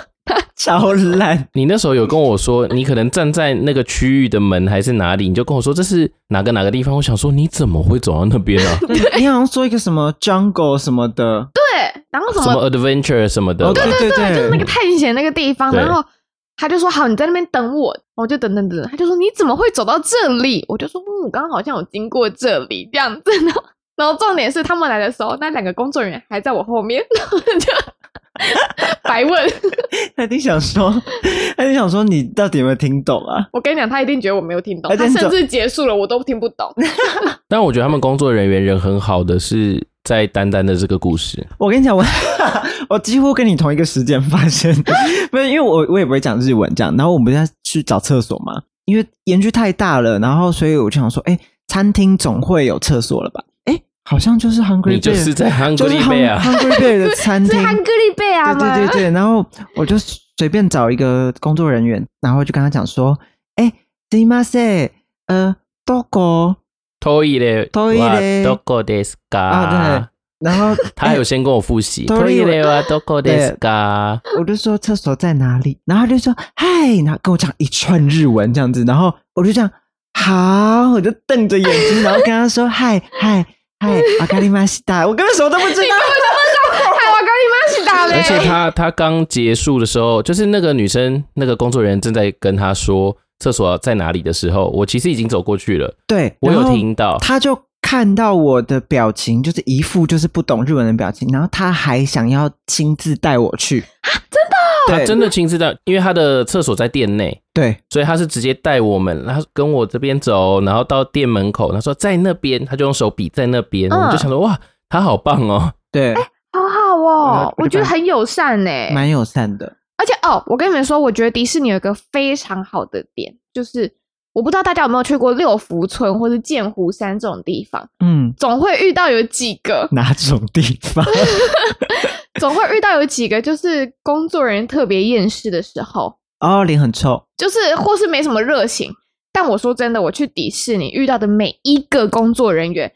超烂，你那时候有跟我说，你可能站在那个区域的门还是哪里，你就跟我说这是哪个哪个地方。我想说你怎么会走到那边 啊？对你好像说一个什么 jungle 什么的，对，然后什什么么 adventure 什么的哦吧？对对对，就是那个探险那个地方，对然后他就说好，你在那边等我，我就等等等，他就说你怎么会走到这里？我就说嗯，我刚刚好像有经过这里这样子， 然后然后重点是他们来的时候，那两个工作人员还在我后面， 然后就白问。他一定想说，他一定想说你到底有没有听懂啊？我跟你讲，他一定觉得我没有听懂，还他真甚走至结束了我都听不懂。但我觉得他们工作人员人很好的是在丹丹的这个故事，我跟你讲，我 我几乎跟你同一个时间发 生，不是因为我我也不会讲日文这样，然后我们要去找厕所嘛，因为园区太大了，然后所以我就想说，哎、餐厅总会有厕所了吧？哎、好像就是 Hungry 你 Bear，就是在就是 Hungry Hung- Bear 啊 Hungry Bear 的餐是 厅，汉格利贝啊吗？对对对对，然后我就随便找一个工作人员，然后就跟他讲说，哎、すいません，呃，どこ？トイレトイはレどこです啊哎か？然后 他还有先跟我复习トトイイレレはど こですか？我就说厕所在哪里，然后他就说嗨，然后跟我讲一串日文这样子，然后我就这样好，我就瞪着眼睛，然后跟他说嗨嗨嗨，わかりました，我根本什么都不知 道，哎嗨，我跟你妈去打而且嘞！他他刚结束的时候，就是那个女生那个工作人员正在跟他说厕所在哪里的时候，我其实已经走过去了，对，我有然后听到他就看到我的表情，就是一副就是不懂日文的表情，然后他还想要亲自带我去，啊真的，哦他真的亲自到，因为他的厕所在店内，对所以他是直接带我们，然后跟我这边走，然后到店门口，他说在那边，他就用手比在那边，嗯我就想说哇，他好棒哦，对，好好我哦，我我觉就得把很友善呢、蛮友善的，而且哦，我跟你们说，我觉得迪士尼有一个非常好的点，就是我不知道大家有没有去过六福村或是剑湖山这种地方，嗯，，总会遇到有几个哪种地 方？总会遇到有几个，就是工作人员特别厌世的时候，哦，脸很臭，就是或是没什么热情。但我说真的，我去迪士尼遇到的每一个工作人员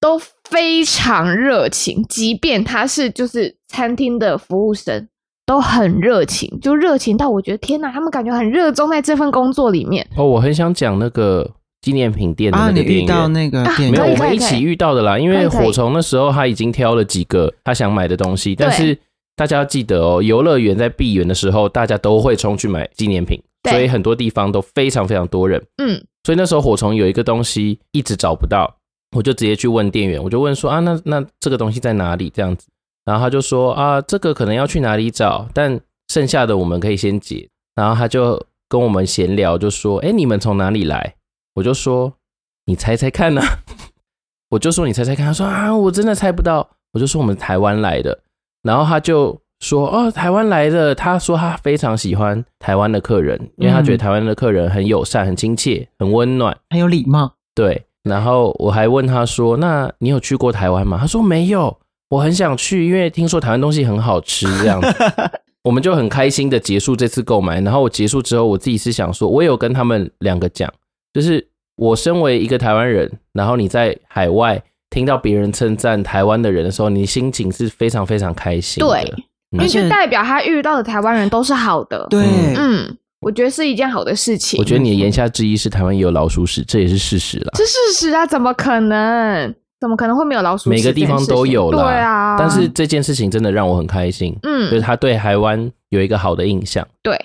都非常热情，即便他是就是餐厅的服务生，都很热情，就热情到我觉得天哪，他们感觉很热衷在这份工作里面。哦，我很想讲那个纪念品店的啊，那你个店遇员。到那个啊店没员可以有，我可们以一可起以遇到的啦。因可为以可以火虫那时候他已经挑了几个他想买的东西，但是大家要记得哦，游乐园在闭园的时候，大家都会冲去买纪念品，对所以很多地方都非常非常多人。嗯，所以那时候火虫有一个东西一直找不到，我就直接去问店员，我就问说啊，那那这个东西在哪里？这样子，然后他就说啊，这个可能要去哪里找，但剩下的我们可以先解。然后他就跟我们闲聊，就说，哎，你们从哪里来？我就说，你猜猜看呐、 我就说你猜猜看，他说啊，我真的猜不到。我就说我们台湾来的，然后他就说哦，台湾来的。他说他非常喜欢台湾的客人，因为他觉得台湾的客人很友善、很亲切、很温暖。很有礼貌，对，然后我还问他说：“那你有去过台湾吗？”他说：“没有，我很想去，因为听说台湾东西很好吃。”这 样子，我们就很开心的结束这次购买。然后我结束之后，我自己是想说，我有跟他们两个讲，就是我身为一个台湾人，然后你在海外听到别人称赞台湾的人的时候，你心情是非常非常开心的。嗯对因而为且就代表他遇到的台湾人都是好的。，对，嗯，我觉得是一件好的事情。我觉得你的言下之意是台湾也有老鼠屎，这也是事实啦。这事实啊，怎么可能？怎么可能会没有老鼠屎每这个件事地情？方都有啦，对啊，但是这件事情真的让我很开心。就是嗯，他对台湾有一个好的印象。对，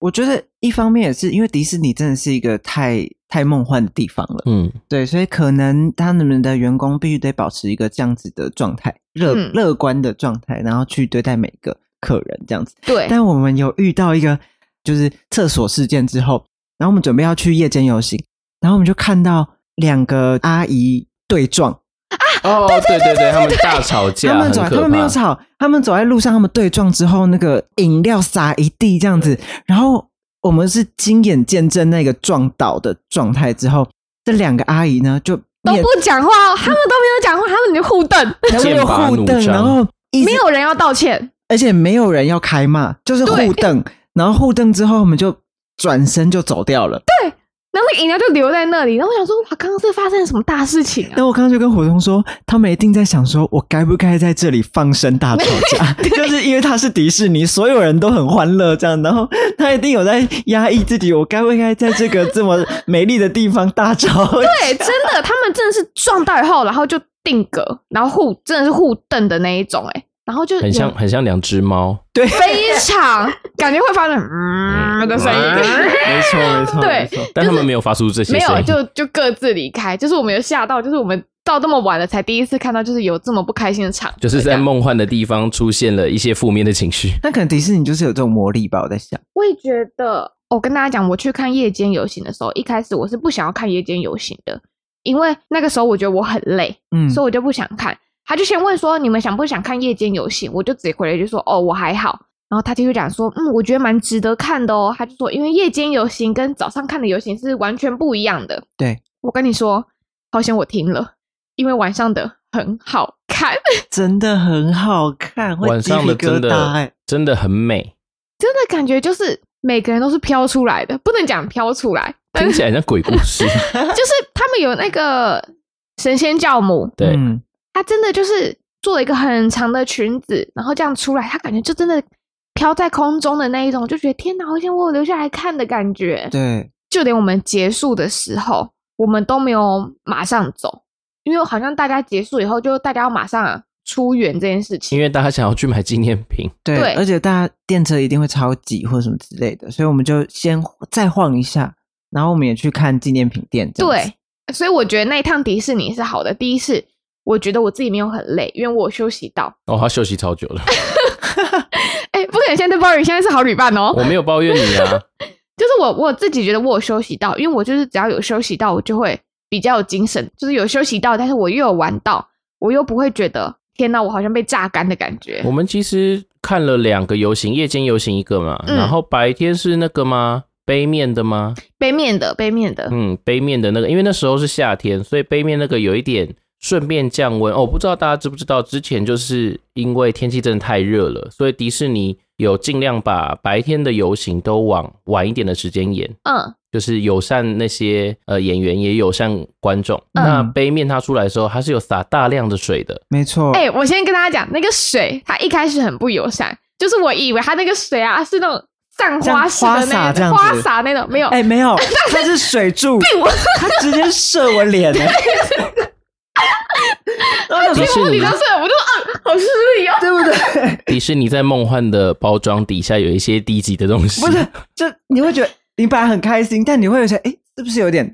我觉得一方面也是因为迪士尼真的是一个太太梦幻的地方了，嗯，对，所以可能他们的员工必须得保持一个这样子的状态，乐、嗯乐观的状态，然后去对待每个客人这样子。对，但我们有遇到一个就是厕所事件之后，然后我们准备要去夜间游行，然后我们就看到两个阿姨对撞，哦，对对对，他们大吵架，他们走，很可他怕们没有吵，他们走在路上，他们对撞之后，那个饮料洒一地这样子，然后我们是亲眼见证那个撞倒的状态之后，这两个阿姨呢就都面不讲话哦，他们都没有讲话，他们就互瞪，然后剑又拔互弩瞪，张然后一直没有人要道歉。而且没有人要开骂，就是互瞪，然后互瞪之后，我们就转身就走掉了。然后那个饮料就留在那里，然后我想说，哇，刚刚是发生了什么大事情啊？那我刚刚就跟伙同说，他们一定在想说，我该不该在这里放声大吵架？就是因为他是迪士尼，所有人都很欢乐这样，然后他一定有在压抑自己，我该不该在这个这么美丽的地方大吵？对，真的，他们真的是撞到以后，然后就定格，然后互真的是互瞪的那一种、欸，哎，然后就很像很像两只猫。对，非常感觉会发生嗯的声音，没错，没错，对没错。但他们没有发出这些没声有音，就就各自离开。就是我们有吓到，就是我们到这么晚了才第一次看到，就是有这么不开心的场合，就是这啊在样。梦幻的地方出现了一些负面的情绪。那可能迪士尼就是有这种魔力吧，我在想。我也觉得，我跟大家讲，我去看夜间游行的时候，一开始我是不想要看夜间游行的，因为那个时候我觉得我很累，嗯，所以我就不想看。他就先问说你们想不想看夜间游行，我就直接回了一句说哦我还好。然后他就讲说嗯我觉得蛮值得看的哦，他就说因为夜间游行跟早上看的游行是完全不一样的。对，我跟你说，好险我听了，因为晚上的很好看， 真的很好看， 会晚鸡上皮的疙真瘩、欸的。真的很美，真的感觉就是每个人都是飘出来的，不能讲飘出来，但听是起来像鬼故 事。就是他们有那个神仙教母，对，嗯，她真的就是做了一个很长的裙子，然后这样出来，她感觉就真的飘在空中的那一种，就觉得天哪，好像我有留下来看的感觉。对，就连我们结束的时候，我们都没有马上走，因为好像大家结束以后，就大家要马上出园这件事情。因为大家想要去买纪念品，对，对而且大家电车一定会超挤或什么之类的，所以我们就先再晃一下，然后我们也去看纪念品店。这样子对，，所以我觉得那一趟迪士尼是好的。第一是我觉得我自己没有很累，因为我有休息到。哦，他休息超久了，哎，不可能现在抱怨，现在是好旅伴哦。我没有抱怨你 啊，就是我我自己觉得我有休息到，因为我就是只要有休息到，我就会比较有精神，就是有休息到，但是我又有玩到，我又不会觉得天哪，我好像被榨干的感觉我。们其实看了两个游行，夜间游行一个嘛，嗯然后白天是那个吗？杯面的吗？背面的，背面的，嗯，杯面的那个，因为那时候是夏天，所以杯面那个有一点顺便降温哦。不知道大家知不知道，之前就是因为天气真的太热了，所以迪士尼有尽量把白天的游行都往晚一点的时间延，哦嗯，就是友善那些呃演员，也友善观众。那杯面它出来的时候，它是有洒大量的水的，没错。哎、我先跟大家讲，那个水它一开始很不友善，就是我以为它那个水啊是那种散花式的像花洒那这种样子花洒哦 那种，没有，哎、没有，它是水柱， 它直接射我脸、欸。 然哦后我想迪说士我尼比较水，我就嗯，好失礼哦。对 不对？迪士尼在梦幻的包装底下有一些低级的东西，不是，就你会觉得你本来很开心，但你会有些哎、是不 是有点，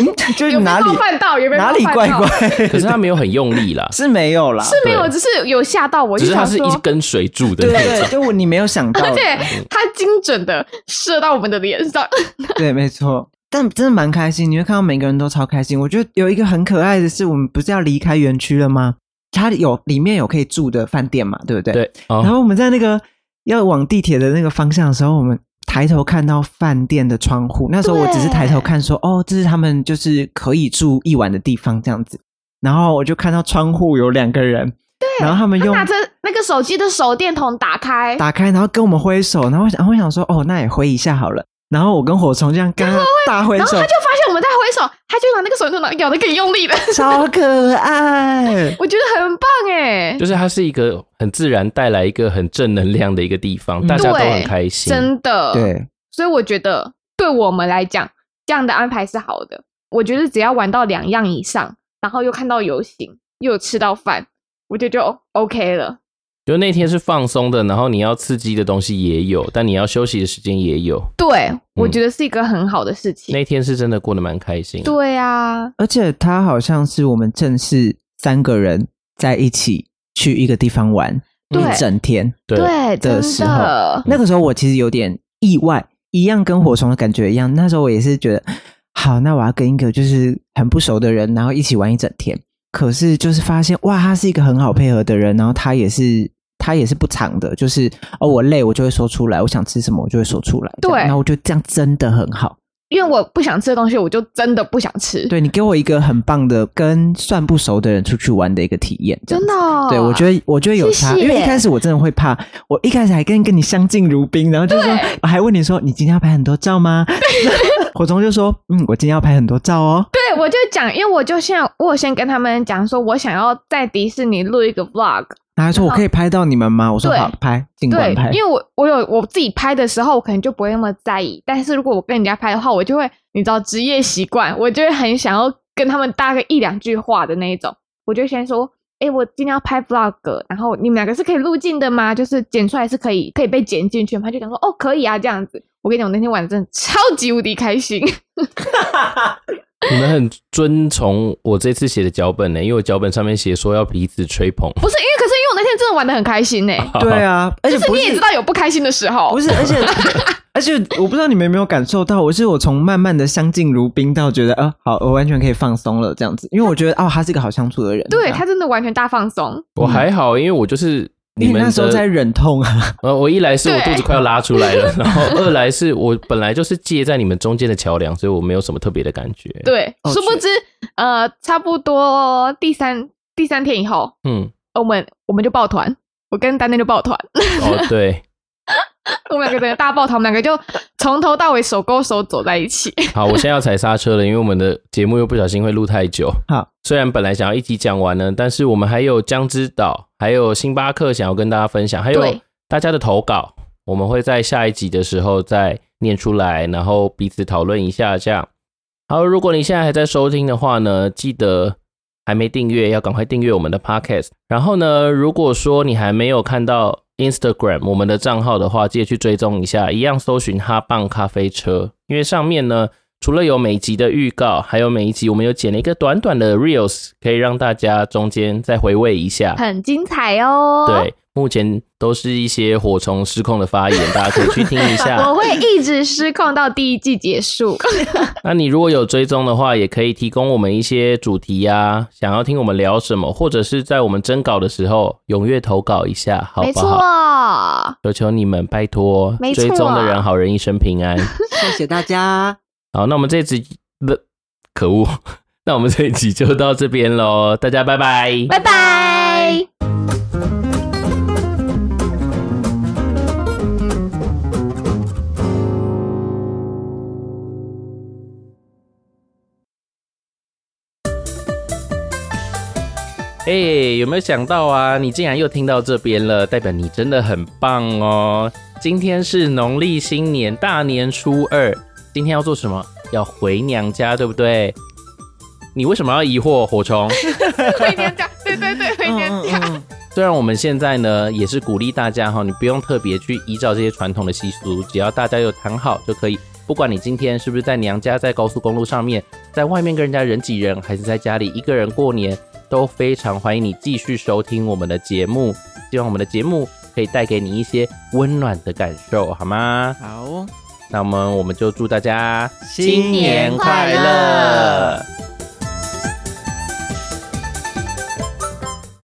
嗯， 就是有被哪里冒犯到，有被哪里冒犯怪到怪？ 可是它没有很用力啦，是没有啦，是没有，对只是有吓到我，只就是它想是说一根水柱的对那对，种。就你没有想到的，而嗯且它精准的射到我们的脸上， 对，没错。但真的蛮开心，你会看到每个人都超开心。我觉得有一个很可爱的是，我们不是要离开园区了吗？它有里面有可以住的饭店嘛，对不对？。对，哦然后我们在那个要往地铁的那个方向的时候，我们抬头看到饭店的窗户。那时候我只是抬头看说，哦，这是他们就是可以住一晚的地方这样子。然后我就看到窗户有两个人，对，然后他们用拿着那个手机的手电筒打开，打开，然后跟我们挥手。然后我想，我想说，哦，那也挥一下好了。然后我跟火虫这样跟他大挥然后手他，就发现我们在挥手，他就拿那个手电筒拿咬的更用力了， 超可爱。 我觉得很棒哎、就是它是一个很自然带来一个很正能量的一个地方，嗯大家都对很开心。真的。，对，所以我觉得对我们来讲，这样的安排是好的。我觉得只要玩到两样以上，然后又看到游行，又有吃到饭，我觉得就 OK 了。就那天是放松的，然后你要刺激的东西也有，但你要休息的时间也有。对，嗯我觉得是一个很好的事情。那天是真的过得蛮开心。，对啊，而且他好像是我们正式三个人在一起去一个地方玩对一整天。对真的时候的，那个时候我其实有点意外，一样跟火虫的感觉一样。那时候我也是觉得，好，那我要跟一个就是很不熟的人，然后一起玩一整天。可是就是发现，哇，他是一个很好配合的人，然后他也是他也是不藏的，就是哦，我累我就会说出来，我想吃什么我就会说出来。这样对然后我觉得这样真的很好，因为我不想吃的东西，我就真的不想 吃。，对你给我一个很棒的跟算不熟的人出去玩的一个体验，这样真的、哦。对，我觉得我觉得有差，谢谢因为一开始我真的会怕，我一开始还跟跟你相敬如宾，然后就说我还问你说你今天要拍很多照吗？ 火中就说嗯，我今天要拍很多照哦。对，我就讲，因为我就现在，我有先跟他们讲说，我想要在迪士尼录一个 vlog。他还说我可以拍到你们吗？我说对好，拍，尽对管拍，。因为我我有我自己拍的时候，我可能就不会那么在意，但是如果我跟人家拍的话，我就会，你知道职业习惯，我就会很想要跟他们搭个一两句话的那一种。我就先说，哎，我今天要拍 vlog，然后你们两个是可以入镜的吗？就是剪出来是可以可以被剪进去吗？他就讲说，哦，可以啊，这样子。我跟你讲，我那天玩的真的超级无敌开心。 你们很遵从我这次写的脚本呢、因为我脚本上面写说要彼此吹捧，不是因为，可是因为我那天真的玩的很开心呢、对啊，而且就是不你也知是道有不开心的时候，不是， 而且而且我不知道你们有没有感受到，我是我从慢慢的相敬如宾到觉得呃好，我完全可以放松了这样子，因为我觉得哦他是一个好相处的人。这对样他真的完全大放松。 我还好，因为我就是你因为们那时候的在忍痛啊，呃，我一来是我对肚子快要拉出来了，然后二来是我本来就是介在你们中间的桥梁，所以我没有什么特别的感觉。，对，哦殊不知，呃，差不多第三第三天以后，嗯，我们我们就抱团，我跟丹丹就抱团， 哦，对，我们两个真的大抱团，我们两个就从头到尾手勾手走在一起。好，我现在要踩刹车了，因为我们的节目又不小心会录太久。好，虽然本来想要一集讲完呢，但是我们还有江之岛，还有星巴克想要跟大家分享，还有对大家的投稿，我们会在下一集的时候再念出来，然后彼此讨论一下这样。好，如果你现在还在收听的话呢，记得还没订阅，要赶快订阅我们的 Podcast。然后呢，如果说你还没有看到 Instagram 我们的账号的话，记得去追踪一下，一样搜寻哈棒咖啡车，因为上面呢除了有每集的预告，还有每一集我们有剪了一个短短的 reels，可以让大家中间再回味一下。 很精彩哦，对，目前都是一些火虫失控的发言，大家可以去听一下 我。会一直失控到第一季结束。那你如果有追踪的话，也可以提供我们一些主题呀、想要听我们聊什么，或者是在我们征稿的时候踊跃投稿一下，好没不错，好？求求你们，拜托没，错追踪的人好人一生平安。谢谢大家。好，那我们这集的可恶， 那我们这一集就到这边喽，大家拜拜。拜拜。 哎、有没有想到啊？你竟然又听到这边了，代表你真的很棒哦！今天是农历新年大年初二，今天要做什么？要回娘家，对不对？你为什么要疑惑火虫？回娘家，对对对，回娘家。嗯嗯虽然我们现在呢也是鼓励大家哈，你不用特别去依照这些传统的习俗，只要大家有谈好就可以。不管你今天是不是在娘家，在高速公路上面，在外面跟人家人挤人，还是在家里一个人过年，都非常欢迎你继续收听我们的节目。希望我们的节目可以带给你一些温暖的感受，好吗？好。哦那么我们就祝大家新年快乐